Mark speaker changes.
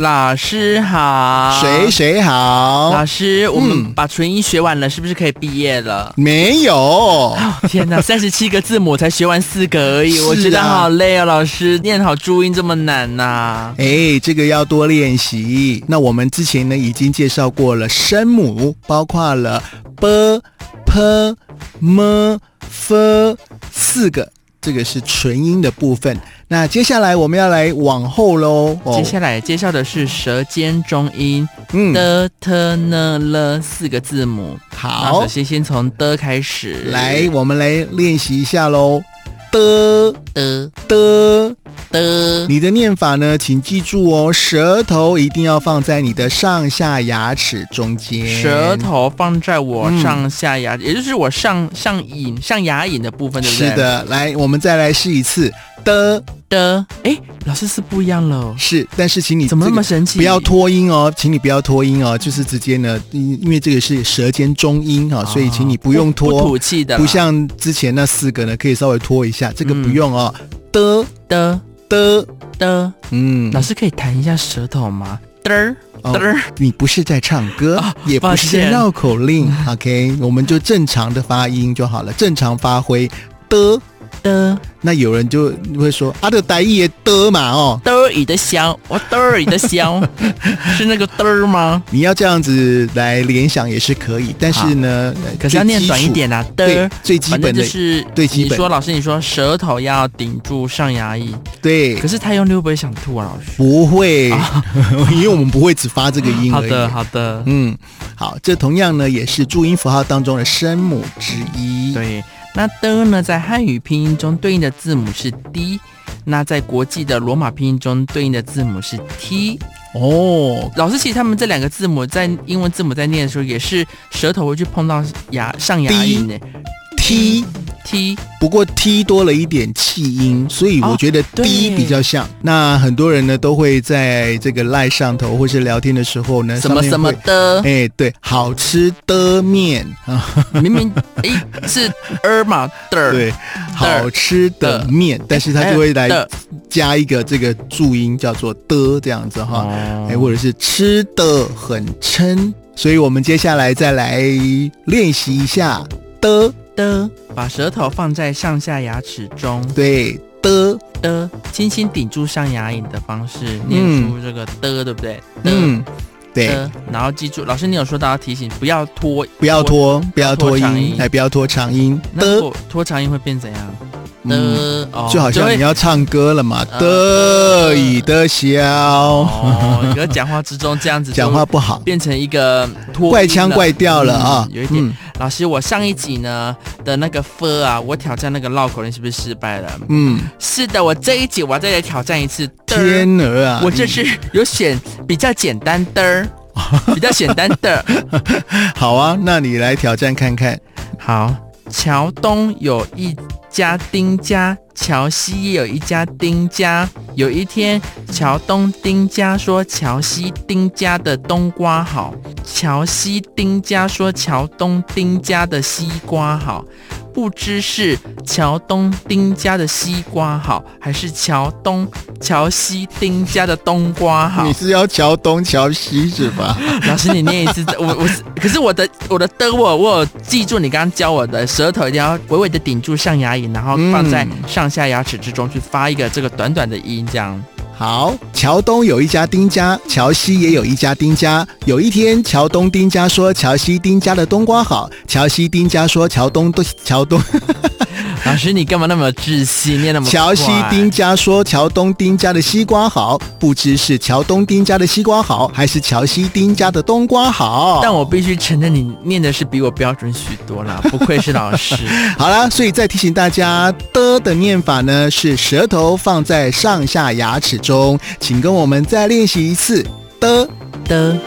Speaker 1: 老师好，
Speaker 2: 谁谁好
Speaker 1: 老？师，我们
Speaker 2: 嗯
Speaker 1: 把唇音学完了，是不是可以毕业 了？
Speaker 2: 没有，
Speaker 1: 天哪，三十七个字母才学完四个而已，
Speaker 2: 是啊
Speaker 1: 我觉得好累哦。老师，念好注音这么难呐、
Speaker 2: 哎，这个要多练习。那我们之前呢已经介绍过了声母，包括了 b、p、m、f 四个，这个是唇音的部分。那接下来我们要来往后喽。哦
Speaker 1: 接下来介绍的是舌尖中音
Speaker 2: 嗯，
Speaker 1: 的、特、呢、了四个字母。那
Speaker 2: 好
Speaker 1: 首，先先从的开始，
Speaker 2: 来，我们来练习一下喽。的
Speaker 1: 的
Speaker 2: 的，
Speaker 1: 的
Speaker 2: 你的念法呢，请记住哦，舌头一定要放在你的上下牙齿中间。
Speaker 1: 舌头放在我
Speaker 2: 嗯
Speaker 1: 上下牙，也就是我上上龈、上牙龈的部分，对不对？
Speaker 2: 是的，来，我们再来试一次的，
Speaker 1: 的。哎，老师是不一样了哦，
Speaker 2: 是，但是请你
Speaker 1: 怎么
Speaker 2: 这
Speaker 1: 那
Speaker 2: 个
Speaker 1: 么神奇？
Speaker 2: 不要拖音哦，请你不要拖音哦，就是直接呢，因因为这个是舌尖中音啊、
Speaker 1: 哦，
Speaker 2: 所以请你不用
Speaker 1: 不
Speaker 2: 拖，
Speaker 1: 吐气的啦，
Speaker 2: 不像之前那四个呢，可以稍微拖一下，
Speaker 1: 嗯
Speaker 2: 这个不用哦。的
Speaker 1: 的
Speaker 2: 的，
Speaker 1: 的。
Speaker 2: 嗯，
Speaker 1: 老师可以弹一下舌头吗？嘚儿
Speaker 2: 哦
Speaker 1: 嘚儿，
Speaker 2: 你不是在唱歌，
Speaker 1: 啊
Speaker 2: 也不是
Speaker 1: 抱歉
Speaker 2: 在绕口令 ，OK，我们就正常的发音就好了，正常发挥的。
Speaker 1: 的
Speaker 2: 那有人就会说啊，的台语也的嘛哦，
Speaker 1: 嘚儿你的香，我嘚儿你的 香，是那个嘚儿吗？
Speaker 2: 你要这样子来联想也是可以，但是呢，呃
Speaker 1: 可是要念短一，点啊，
Speaker 2: 最基
Speaker 1: 嘚
Speaker 2: 础对
Speaker 1: 儿。，
Speaker 2: 最基
Speaker 1: 反
Speaker 2: 本
Speaker 1: 正就
Speaker 2: 的，
Speaker 1: 是
Speaker 2: 最基
Speaker 1: 你
Speaker 2: 本
Speaker 1: 说老师，你说舌头要顶住上牙龈，
Speaker 2: 对
Speaker 1: 可，是他用六会想吐啊，老师。
Speaker 2: 不会， 因为我们不会只发这个音
Speaker 1: 好
Speaker 2: 而已。
Speaker 1: 的，好的，
Speaker 2: 嗯，好，这同样呢也是注音符号当中的声母之一。
Speaker 1: 对。那的呢，在汉语拼音中对应的字母是 d，那在国际的罗马拼音中对应的字母是 t。
Speaker 2: 哦，
Speaker 1: 老师，其实他们这两个字母在英文字母在念的时候，也是舌头会去碰到牙上牙
Speaker 2: D
Speaker 1: 龈的
Speaker 2: t
Speaker 1: t。
Speaker 2: 不过 t 多了一点气音，所以我觉得
Speaker 1: 哦对
Speaker 2: d 比较像。那很多人呢都会在这个赖上头或是聊天的时候呢，
Speaker 1: 什么
Speaker 2: 哎上面会
Speaker 1: 什么的，
Speaker 2: 哎，对，好吃的面啊，
Speaker 1: 明明 哎是 er 嘛的儿，
Speaker 2: 对，好吃的面，但是它就会来
Speaker 1: 的
Speaker 2: 加一个这个注音，叫做的这样子哈，
Speaker 1: 哦
Speaker 2: 哎，或者是吃的很撑，所以我们接下来再来练习一下的，
Speaker 1: 的，把舌头放在上下牙齿中
Speaker 2: 对的，
Speaker 1: 的，轻轻顶住上牙龈的方式念
Speaker 2: 嗯
Speaker 1: 出这个的，对不对？的。
Speaker 2: 嗯，对。
Speaker 1: 的，呃然后记住，老师你有说到要提醒不要拖，
Speaker 2: 不要拖，不要
Speaker 1: 拖
Speaker 2: 拖
Speaker 1: 长
Speaker 2: 音
Speaker 1: 音，
Speaker 2: 哎，不要拖长音
Speaker 1: 那如
Speaker 2: 的，
Speaker 1: 果拖长音会变怎样？
Speaker 2: 嗯，
Speaker 1: 的哦，
Speaker 2: 就好像
Speaker 1: 会
Speaker 2: 你要唱歌了嘛，
Speaker 1: 呃
Speaker 2: 的以的消，
Speaker 1: 哦，你在讲话之中这样子就
Speaker 2: 讲话不好，
Speaker 1: 变成一个拖音了
Speaker 2: 怪腔怪调了啊
Speaker 1: 嗯，有一点。
Speaker 2: 嗯
Speaker 1: 老师，我上一集呢的那个 f 啊，我挑战那个绕口令是不是失败了？
Speaker 2: 嗯，
Speaker 1: 是的，我这一集我要再来挑战一次。的儿，
Speaker 2: 天鹅啊，
Speaker 1: 我这次有选比较简单的儿，比较简单的儿。
Speaker 2: 你好啊，那你来挑战看看，
Speaker 1: 好，桥东有一家丁家，桥西也有一家丁家。有一天，桥东丁家说桥西丁家的冬瓜好，桥西丁家说桥东丁家的西瓜好。不知是桥东丁家的西瓜好，还是桥东桥西丁家的冬瓜好
Speaker 2: 你？是要桥东桥西是 吧？
Speaker 1: 老师，你念一次，我我是，可是我的我的的我我有记住你刚刚教我的，舌头一定要微微的顶住上牙龈，然后放在
Speaker 2: 嗯
Speaker 1: 上下牙齿之中去发一个这个短短的音，这样。
Speaker 2: 好，桥东有一家丁家，桥西也有一家丁家。有一天，桥东丁家说桥西丁家的冬瓜好，桥西丁家说桥东都桥东
Speaker 1: 老师，你干嘛那么窒息，念那么快
Speaker 2: 乔西丁家说乔东丁家的西瓜好，不知是乔东丁家的西瓜好，还是乔西丁家的冬瓜好。
Speaker 1: 但我必须承认，你念的是比我标准许多啦，不愧是老 师。
Speaker 2: 好啦，所以再提醒大家，的的念法呢是舌头放在上下牙齿中，请跟我们再练习一次的。
Speaker 1: 的。